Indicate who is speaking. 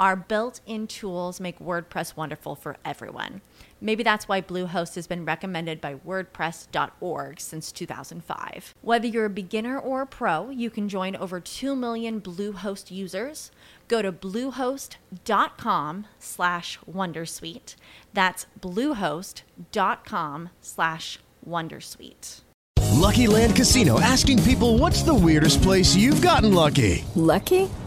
Speaker 1: Our built in tools make WordPress wonderful for everyone. Maybe that's why Bluehost has been recommended by WordPress.org since 2005. Whether you're a beginner or a pro, you can join over 2 million Bluehost users. Go to bluehost.com slash Wondersuite. That's bluehost.com slash Wondersuite.
Speaker 2: Lucky Land Casino asking people what's the weirdest place you've gotten lucky?
Speaker 3: Lucky?